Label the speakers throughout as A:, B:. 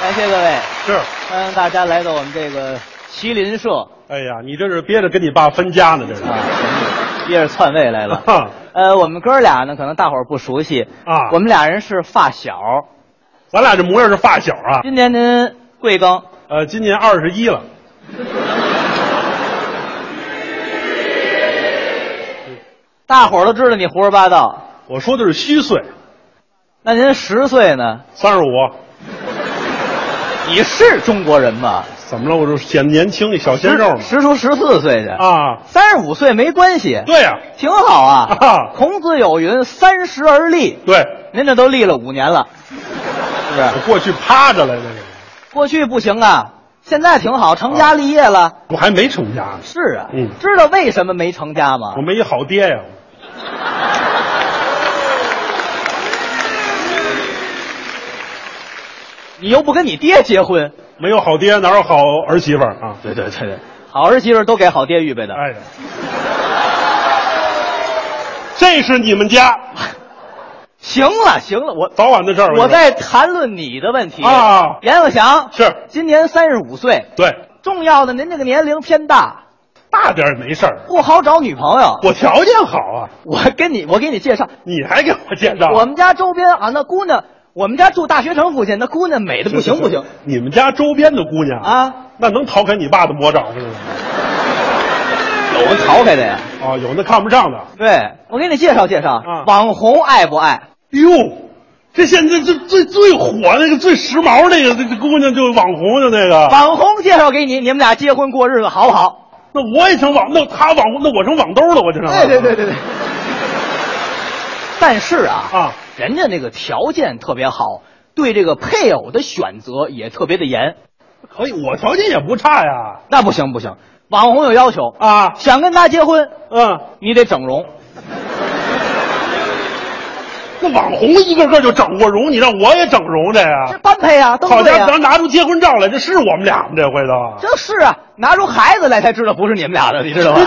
A: 感谢各位，
B: 是，
A: 欢迎大家来到我们这个麒麟社，
B: 哎呀，你这是憋着跟你爸分家呢，这 是。
A: 接着啊篡位来了。呃，我们哥俩呢，可能大伙儿不熟悉
B: 啊
A: 我们俩人是发小，
B: 咱俩这模样是发小啊，
A: 今年您贵庚？
B: 呃，今年二十一了，
A: 大伙儿都知道你胡说八道，
B: 我说的是虚岁，
A: 那您十岁呢？
B: 三十五，
A: 你是中国人吗？
B: 怎么了？我就显年轻，小鲜肉嘛。
A: 十出十四岁的，
B: 啊，
A: 三十五岁没关系，
B: 对呀、
A: 挺好啊。
B: 啊
A: 孔子有云：“三十而立。
B: 对，”
A: 您这都立了五年了，是不
B: 我
A: 是？
B: 过去趴着来着，
A: 过去不行啊，现在挺好，成家立业了。
B: 我还没成家呢，
A: 是啊，嗯
B: 嗯
A: 知道为什么没成家吗
B: 我？没一好爹呀。
A: 你又不跟你爹结婚。
B: 没有好爹，哪有好儿媳妇儿啊？
A: 对对对对，好儿媳妇都给好爹预备的。
B: 哎呀，这是你们家
A: 行了行了，我
B: 早晚的事儿。
A: 我在谈论你的问题
B: 啊
A: 阎鹤祥
B: 是
A: 今年三十五岁，
B: 对
A: 重要的您这个年龄偏大，
B: 大点儿没事儿，
A: 不好找女朋友。
B: 我条件好啊，
A: 我跟你我给你介绍，
B: 你还给我介绍？
A: 我们家周边啊，那姑娘，我们家住大学城附近，那姑娘美的不行不行，
B: 你们家周边的姑娘，
A: 啊，
B: 那能逃开你爸的魔掌是吗？
A: 有人淘开的呀。
B: 啊，有那看不上的。
A: 对，我给你介绍介绍，
B: 啊
A: 网红爱不爱？
B: 哟，这现在这最最火那个最时髦那个这这姑娘就是网红的那个，
A: 网红介绍给你，你们俩结婚过日子好不好？
B: 那我也成网，那她网红，那我成网兜了，我这成。
A: 哎对对对对对。但是啊，
B: 啊，
A: 人家那个条件特别好，对这个配偶的选择也特别的严。
B: 可以，我条件也不差呀。
A: 那不行不行，网红有要求，
B: 啊，
A: 想跟他结婚，
B: 嗯，
A: 你得整容。
B: 那网红一个个就整过容，你让我也整容
A: 这
B: 去呀？
A: 般配啊，都
B: 好
A: 对
B: 家伙，
A: 啊。
B: 拿出结婚照来，这是我们俩吗？这回都。
A: 这是啊，拿出孩子来才知道不是你们俩的，你知道吗？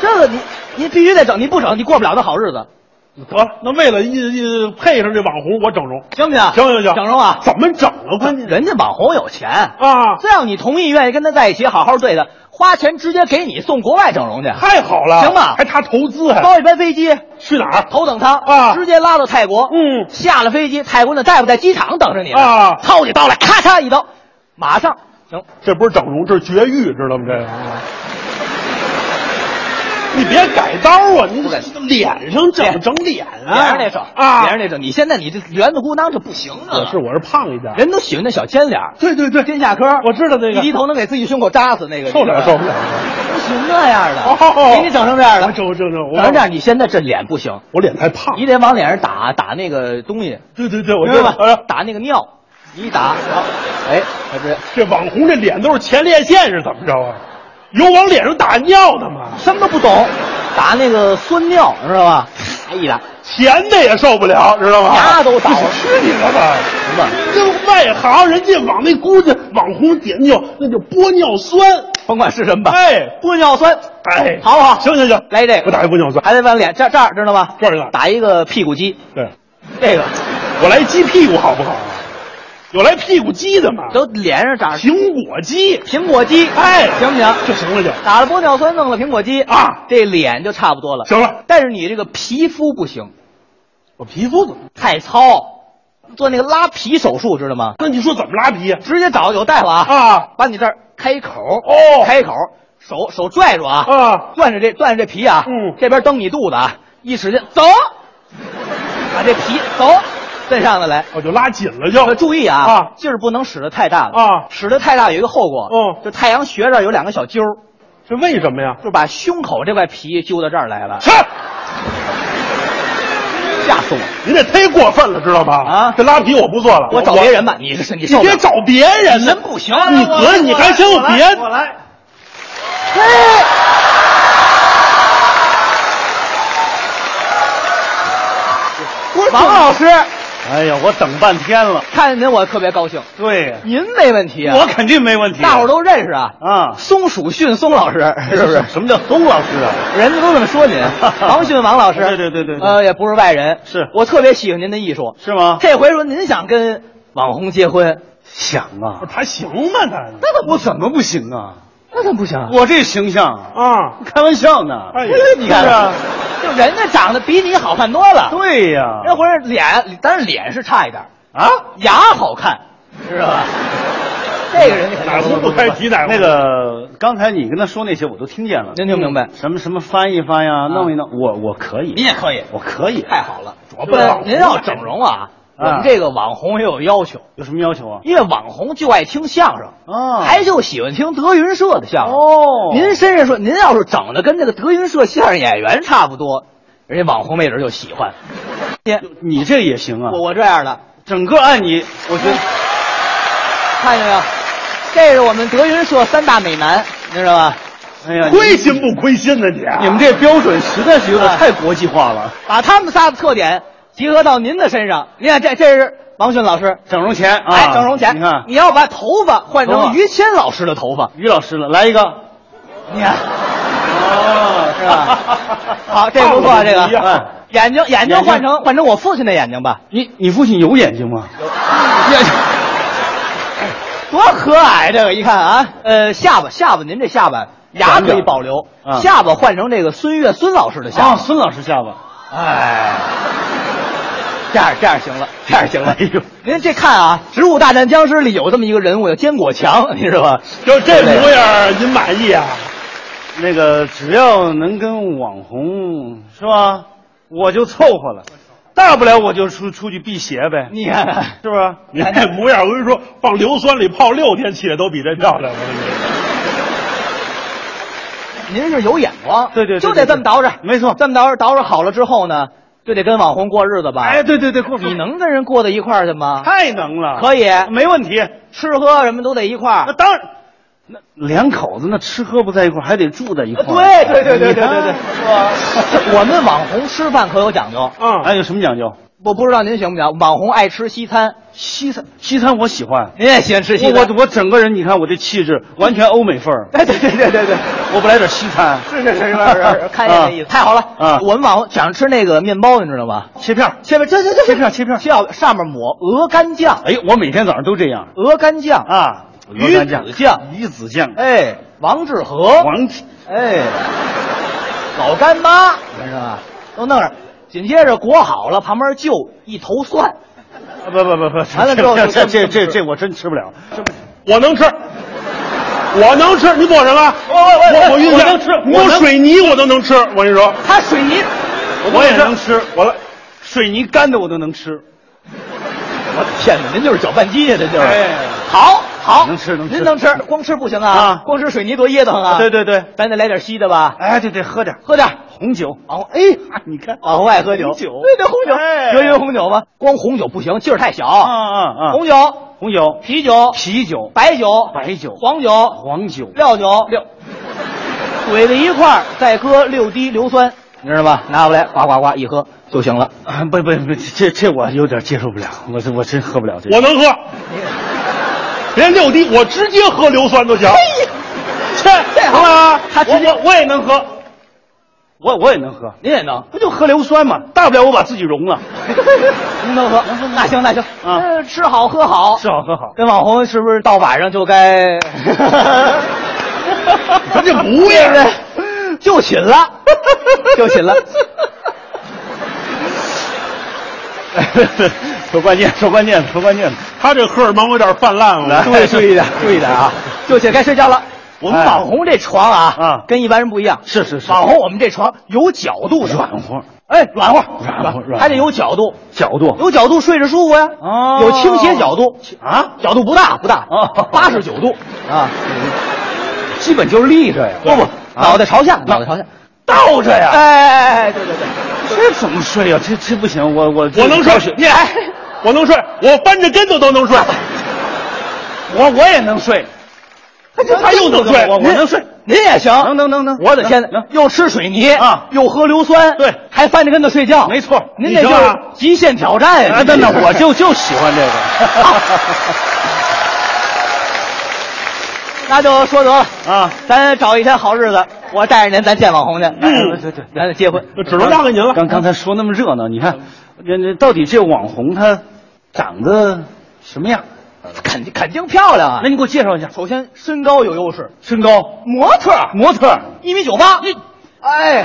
A: 这个你你必须得整，你不整你过不了的好日子，
B: 得了，那为了一一配上这网红，我整容。
A: 行不行？
B: 行行行，
A: 整容啊！
B: 怎么整啊？关键
A: 人家网红有钱，
B: 啊，
A: 只要你同意愿意跟他在一起，好好对他，花钱直接给你送国外整容去，
B: 太好了，
A: 行吧
B: 还他投资还
A: 包一班飞机，
B: 去哪儿？
A: 头等舱
B: 啊
A: 直接拉到泰国。
B: 嗯
A: 下了飞机，泰国那大夫在机场等着你呢
B: 啊
A: 掏起刀来，咔嚓一刀，马上行。
B: 这不是整容，这是绝育，知道吗？这 个。你别改刀啊！你
A: 不改
B: 脸上整
A: 脸
B: 整脸
A: 脸
B: 啊，
A: 上那手
B: 啊，
A: 脸上那手，你现在你这圆的鼓囊这不行啊
B: 我，是我是胖一点，
A: 人都喜欢那小尖脸儿，
B: 对对对，
A: 尖下颏儿
B: 我知道那个
A: 一低头能给自己胸口扎死那个，
B: 受不了
A: 你知
B: 受
A: 道
B: 不
A: 吗
B: 了，
A: 不行那样的，
B: 哦
A: 给你整成这样
B: 我
A: 的，
B: 整整整，我哦
A: 整成这样，你现在这脸不行，
B: 我脸太胖，
A: 你得往脸上打打那个东西，
B: 对对对，我
A: 知
B: 知
A: 道
B: 道
A: 吧。
B: 哎？
A: 打那个尿，你一打，好哎，还不是
B: 这网红这脸都是前列腺是怎么着啊？有往脸上打尿的吗？
A: 什么都不懂，打那个酸尿知道吧？哎一打，
B: 闲的也受不了，知道吗？
A: 牙都倒了
B: 是你了吧？
A: 什么？
B: 这外行人家往那姑娘网红点尿，那叫玻尿酸。
A: 甭管是什么吧，
B: 哎
A: 玻尿酸，
B: 哎，
A: 好不好？
B: 行行行，
A: 来这个
B: 我打一玻尿酸。
A: 还得往脸这这儿知道吗？
B: 这儿呢
A: 打一个屁股肌，
B: 对，
A: 这个
B: 我来鸡屁股好不好？有来屁股鸡的吗？
A: 都脸上长
B: 苹果肌
A: 苹果肌，
B: 哎
A: 行不行？
B: 就行了就，
A: 打了玻尿酸，弄了苹果肌
B: 啊
A: 这脸就差不多了。
B: 行了。
A: 但是你这个皮肤不行，
B: 我皮肤怎么？
A: 太糙，做那个拉皮手术知道吗？
B: 那你说怎么拉皮呀？
A: 直接找有大夫啊，
B: 啊
A: 把你这儿开一口
B: 哦
A: 开一口，手手拽住啊，
B: 啊！
A: 攥着这攥着这皮啊，
B: 嗯
A: 这边蹬你肚子啊，一使劲走，把这皮走，再上的来。
B: 我哦就拉紧了就
A: 呃，。注意啊，
B: 啊
A: 劲儿不能使得太大了
B: 啊
A: 使得太大有一个后果，
B: 嗯
A: 就太阳穴这儿有两个小揪儿，
B: 这为什么呀？
A: 就把胸口这块皮揪到这儿来了，
B: 去，
A: 吓死我！
B: 你这忒过分了，知道吗？
A: 啊
B: 这拉皮我不做了，
A: 我找别人吧，你是你
B: 你
A: 受不
B: 别
A: 了。
B: 找别人呢，
A: 人不行，啊
B: 你得你还嫌我别
A: 我来，
B: 我
A: 王老师，
B: 哎呀，我等半天了。
A: 看见您我特别高兴，
B: 对，
A: 您没问题啊，
B: 我肯定没问题。
A: 大伙儿都认识啊，
B: 啊，
A: 松鼠训松老师是不是？
B: 什么叫邹老师啊？
A: 人家都这么说您，王训王老师，
B: 对对对对对
A: 呃，也不是外人，
B: 是
A: 我特别喜欢您的艺术，啊
B: 是吗？
A: 这回说您想跟网红结婚，
C: 想
B: 不
C: 啊，
B: 是他行吗？他
C: 那他我怎么不行啊？
A: 那怎么不行啊？
C: 我这形象，
B: 啊，
C: 开玩笑呢。
B: 哎呀
A: 你看
C: 是啊，
A: 就人家长得比你好看多了，
C: 对呀，
A: 那会儿脸，但是脸是差一点儿，
C: 啊，
A: 牙好看，知道吧？这个人你肯定
B: 哪壶 不开提哪壶。
C: 那个刚才你跟他说那些我都听见了，
A: 您听明白？
C: 什么什么翻一翻呀，弄一弄，我我可以，
A: 您也可以，
C: 我可以，
A: 太好了。
B: 多笨啊
A: 您要整容啊，我们这个网红也有要求，
C: 有什么要求啊？
A: 因为网红就爱听相声，
C: 啊，
A: 还就喜欢听德云社的相声。
C: 哦，
A: 您身上说，您要是整的跟那个德云社相声演员差不多，人家网红没准就喜欢。您
C: 你这也行啊，
A: 我我这样的，
C: 整个按你，我觉得
A: 看见没有？这是我们德云社三大美男，你知道吧？
C: 哎呀，
B: 亏心不亏心呢？你啊
C: 你们这标准实在是有点太国际化了。
A: 把他们仨的特点集合到您的身上。您看，这这是王迅老师，
C: 整容前啊，
A: 哎，整容前，
C: 你看
A: 你要把头发换
C: 头
A: 成
C: 发
A: 于谦老师的头发，
C: 于老师了，来一个，
A: 你 看
C: 哦，
A: 是 吧？好，这不错，这个嗯
C: 哎，
A: 眼睛眼睛
C: 眼睛
A: 换成换成我父亲的眼睛吧，
C: 你你父亲有眼睛吗？
A: 多可爱！这个一看啊，呃，下巴下巴，您这下巴牙可以保留
C: 嗯，
A: 下巴换成这个孙越孙老师的下
C: 啊，
A: 巴，
C: 孙老师下巴，
A: 哎，这样这样行了，这样行了。
C: 哎呦，
A: 您这看啊，《植物大战僵尸》里有这么一个人物叫坚果强，你知道吧？
B: 就这模样儿，您满意啊？
C: 那个只要能跟网红是吧，我就凑合了，大不了我就出出去辟邪呗，
A: 你看看，
C: 是不是？
B: 您这模样儿，我跟你说，放硫酸里泡六天起来都比这漂亮。我跟你说
A: 您是有眼光，
C: 对对对对
A: 就得这么捯饬，
C: 没错
A: 这么捯饬捯饬好了之后呢，就得跟网红过日子吧？
C: 哎，，对对对，过
A: 你能跟人过到一块儿去吗？
C: 太能了，
A: 可以，
C: 没问题。
A: 吃喝什么都得一块
C: 那
A: 儿。
C: 当然，那两口子那吃喝不在一块儿，还得住在一块儿。
A: 对对对对对对对，
C: 你看
A: 是吧 我们网红吃饭可有讲究，
B: 啊，
C: 哎，有什么讲究？
A: 我不知道您行不行。网红爱吃西餐，
C: 西餐，西餐我喜欢。
A: 您也喜欢吃
C: 我
A: 西餐？
C: 我我整个人，你看我这气质完全欧美范儿。
A: 哎，对对对对对，
C: 我不来点西餐，
A: 是是是是是是， 看见那意
C: 思。
A: 思，太好了。
C: 啊
A: 我们网红想吃那个面包，你知道吗？
C: 切片儿，
A: 切片，这这这
C: 切片切片
A: 切好上面抹鹅肝酱，
C: 哎，我每天早上都这样
A: 鹅肝酱，
C: 啊。
A: 鱼
C: 鹅肝酱
A: 子酱，
C: 鱼子酱，
A: 哎，王致和，
C: 王
A: 哎，老干妈，你知道吧？都弄上，紧接着裹好了，旁边就一头蒜，
C: 啊不不不不，
A: 完了之后
C: 这
A: 就
C: 这这这这我真吃不了。
B: 我能吃，我能吃，你躲着了。
A: 喂喂喂
B: 我晕
A: 我能
B: 去，你有水泥我都能吃。我跟你说，
A: 它水泥，
C: 我也能吃，
B: 我来，
C: 水泥干的我都能吃。
A: 我的天哪，您就是搅拌机呀，这就是。
C: 哎
A: 好，好，
C: 能吃能吃
A: 您能吃，光吃不行啊，
C: 啊
A: 光吃水泥多噎得慌啊。
C: 对，对对，
A: 咱得来点稀的吧，
C: 哎对对，喝点
A: 喝点。
C: 红酒。
A: 网红哎，
C: 哦你看
A: 网红爱喝酒，
C: 红酒
A: 对对，红酒，
C: 哎
A: 德云红酒吗？光红酒不行，劲儿太小。
C: 啊啊啊！
A: 红酒、
C: 红酒、
A: 啤酒、
C: 啤酒、
A: 白酒、
C: 白酒
A: 黄酒、
C: 黄酒，
A: 料酒、
C: 料，
A: 怼在一块儿，再搁六滴硫酸，你知道吧？拿过来，呱呱呱一喝就 行了。
C: 啊不不不，这这我有点接受不了，我这我真喝不了这个。
B: 我 能喝。别六滴，我直接喝硫酸都行。
A: 这这
C: 行了啊，
A: 他直接
C: 我我我也能喝，我我也能喝，
A: 您也 能，
C: 不就喝硫酸嘛，大不了我把自己融了，
A: 您能喝， 那行那行
C: 啊
A: 呃吃好喝好，
C: 吃好喝好。
A: 跟网红是不是到晚上就 该？
B: 他这模样
A: 对不对就寝 了，就寝 了。
C: 说关键，说关键，说关键，
B: 他这荷尔蒙有点泛滥了。
A: 注意注意点，注意点啊！就寝该睡觉了。我们
C: 哎
A: 网红这床啊，
C: 啊
A: 跟一般人不一样。
C: 是是是
A: 网红我们这床有角度的，
C: 软和，
A: 哎，软和，
C: 软和软和
A: 还得有角度，
C: 角度
A: 有角度睡着舒服呀。
C: 哦
A: 有倾斜角度，
C: 啊，
A: 角度不大不大
C: 哦，
A: 八十九度啊，
C: 基本就是立着呀，
A: 不不，
C: 啊
A: 脑袋朝下，脑袋朝下，
C: 倒着
A: 哎
C: 呀，
A: 哎哎哎，对对对，
C: 这怎么睡呀？这这不行，我我
B: 我能睡，
A: 你哎，
B: 我能睡，我翻着跟头 都能睡。
C: 我我也能睡，
B: 他又能睡
C: 我我
A: 您
C: 能睡，
A: 您也行，
C: 能能能能
A: 我的天
C: 能，
A: 又吃水泥
C: 啊
A: 又喝硫酸，
C: 对
A: 还翻着跟头睡觉，
C: 没错
A: 您
C: 你
A: 这就
C: 行
A: 是
C: 啊
A: 极限挑战呀！
C: 啊，
A: 您这
C: 那
A: 是
C: 那我就就喜欢这 个
A: 那就说得了，
C: 啊，
A: 咱找一天好日子，我带着您咱见网红去，哎
C: 嗯对对，
A: 咱结婚，
B: 只能让给您了。
C: 嗯刚刚才说那么热闹，你看，人家到底这网红他长得什么样？
A: 肯定肯定漂亮啊！
C: 那你给我介绍一下，
A: 首先身高有优势，
C: 身高，
A: 模特儿
C: 模特儿，
A: 一米九八，哎，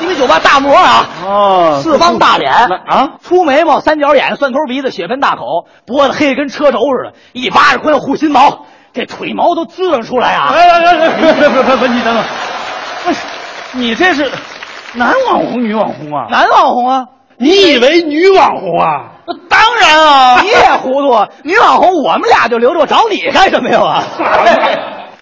A: 一米九八大模啊，
C: 哦
A: 四方大脸
C: 那啊，
A: 粗眉毛、三角眼、蒜头鼻子、血盆大口，脖子黑得跟车轴似的，一巴掌宽护心毛，这腿毛都滋棱出来啊！
C: 哎哎哎哎，不不不不，你等等，不是，你这是男网红女网红啊？
A: 男网红啊，
B: 你以为女网红啊？
A: 那 当然啊，你也糊涂，女网红我们俩就留着，我找你干什么呀？我。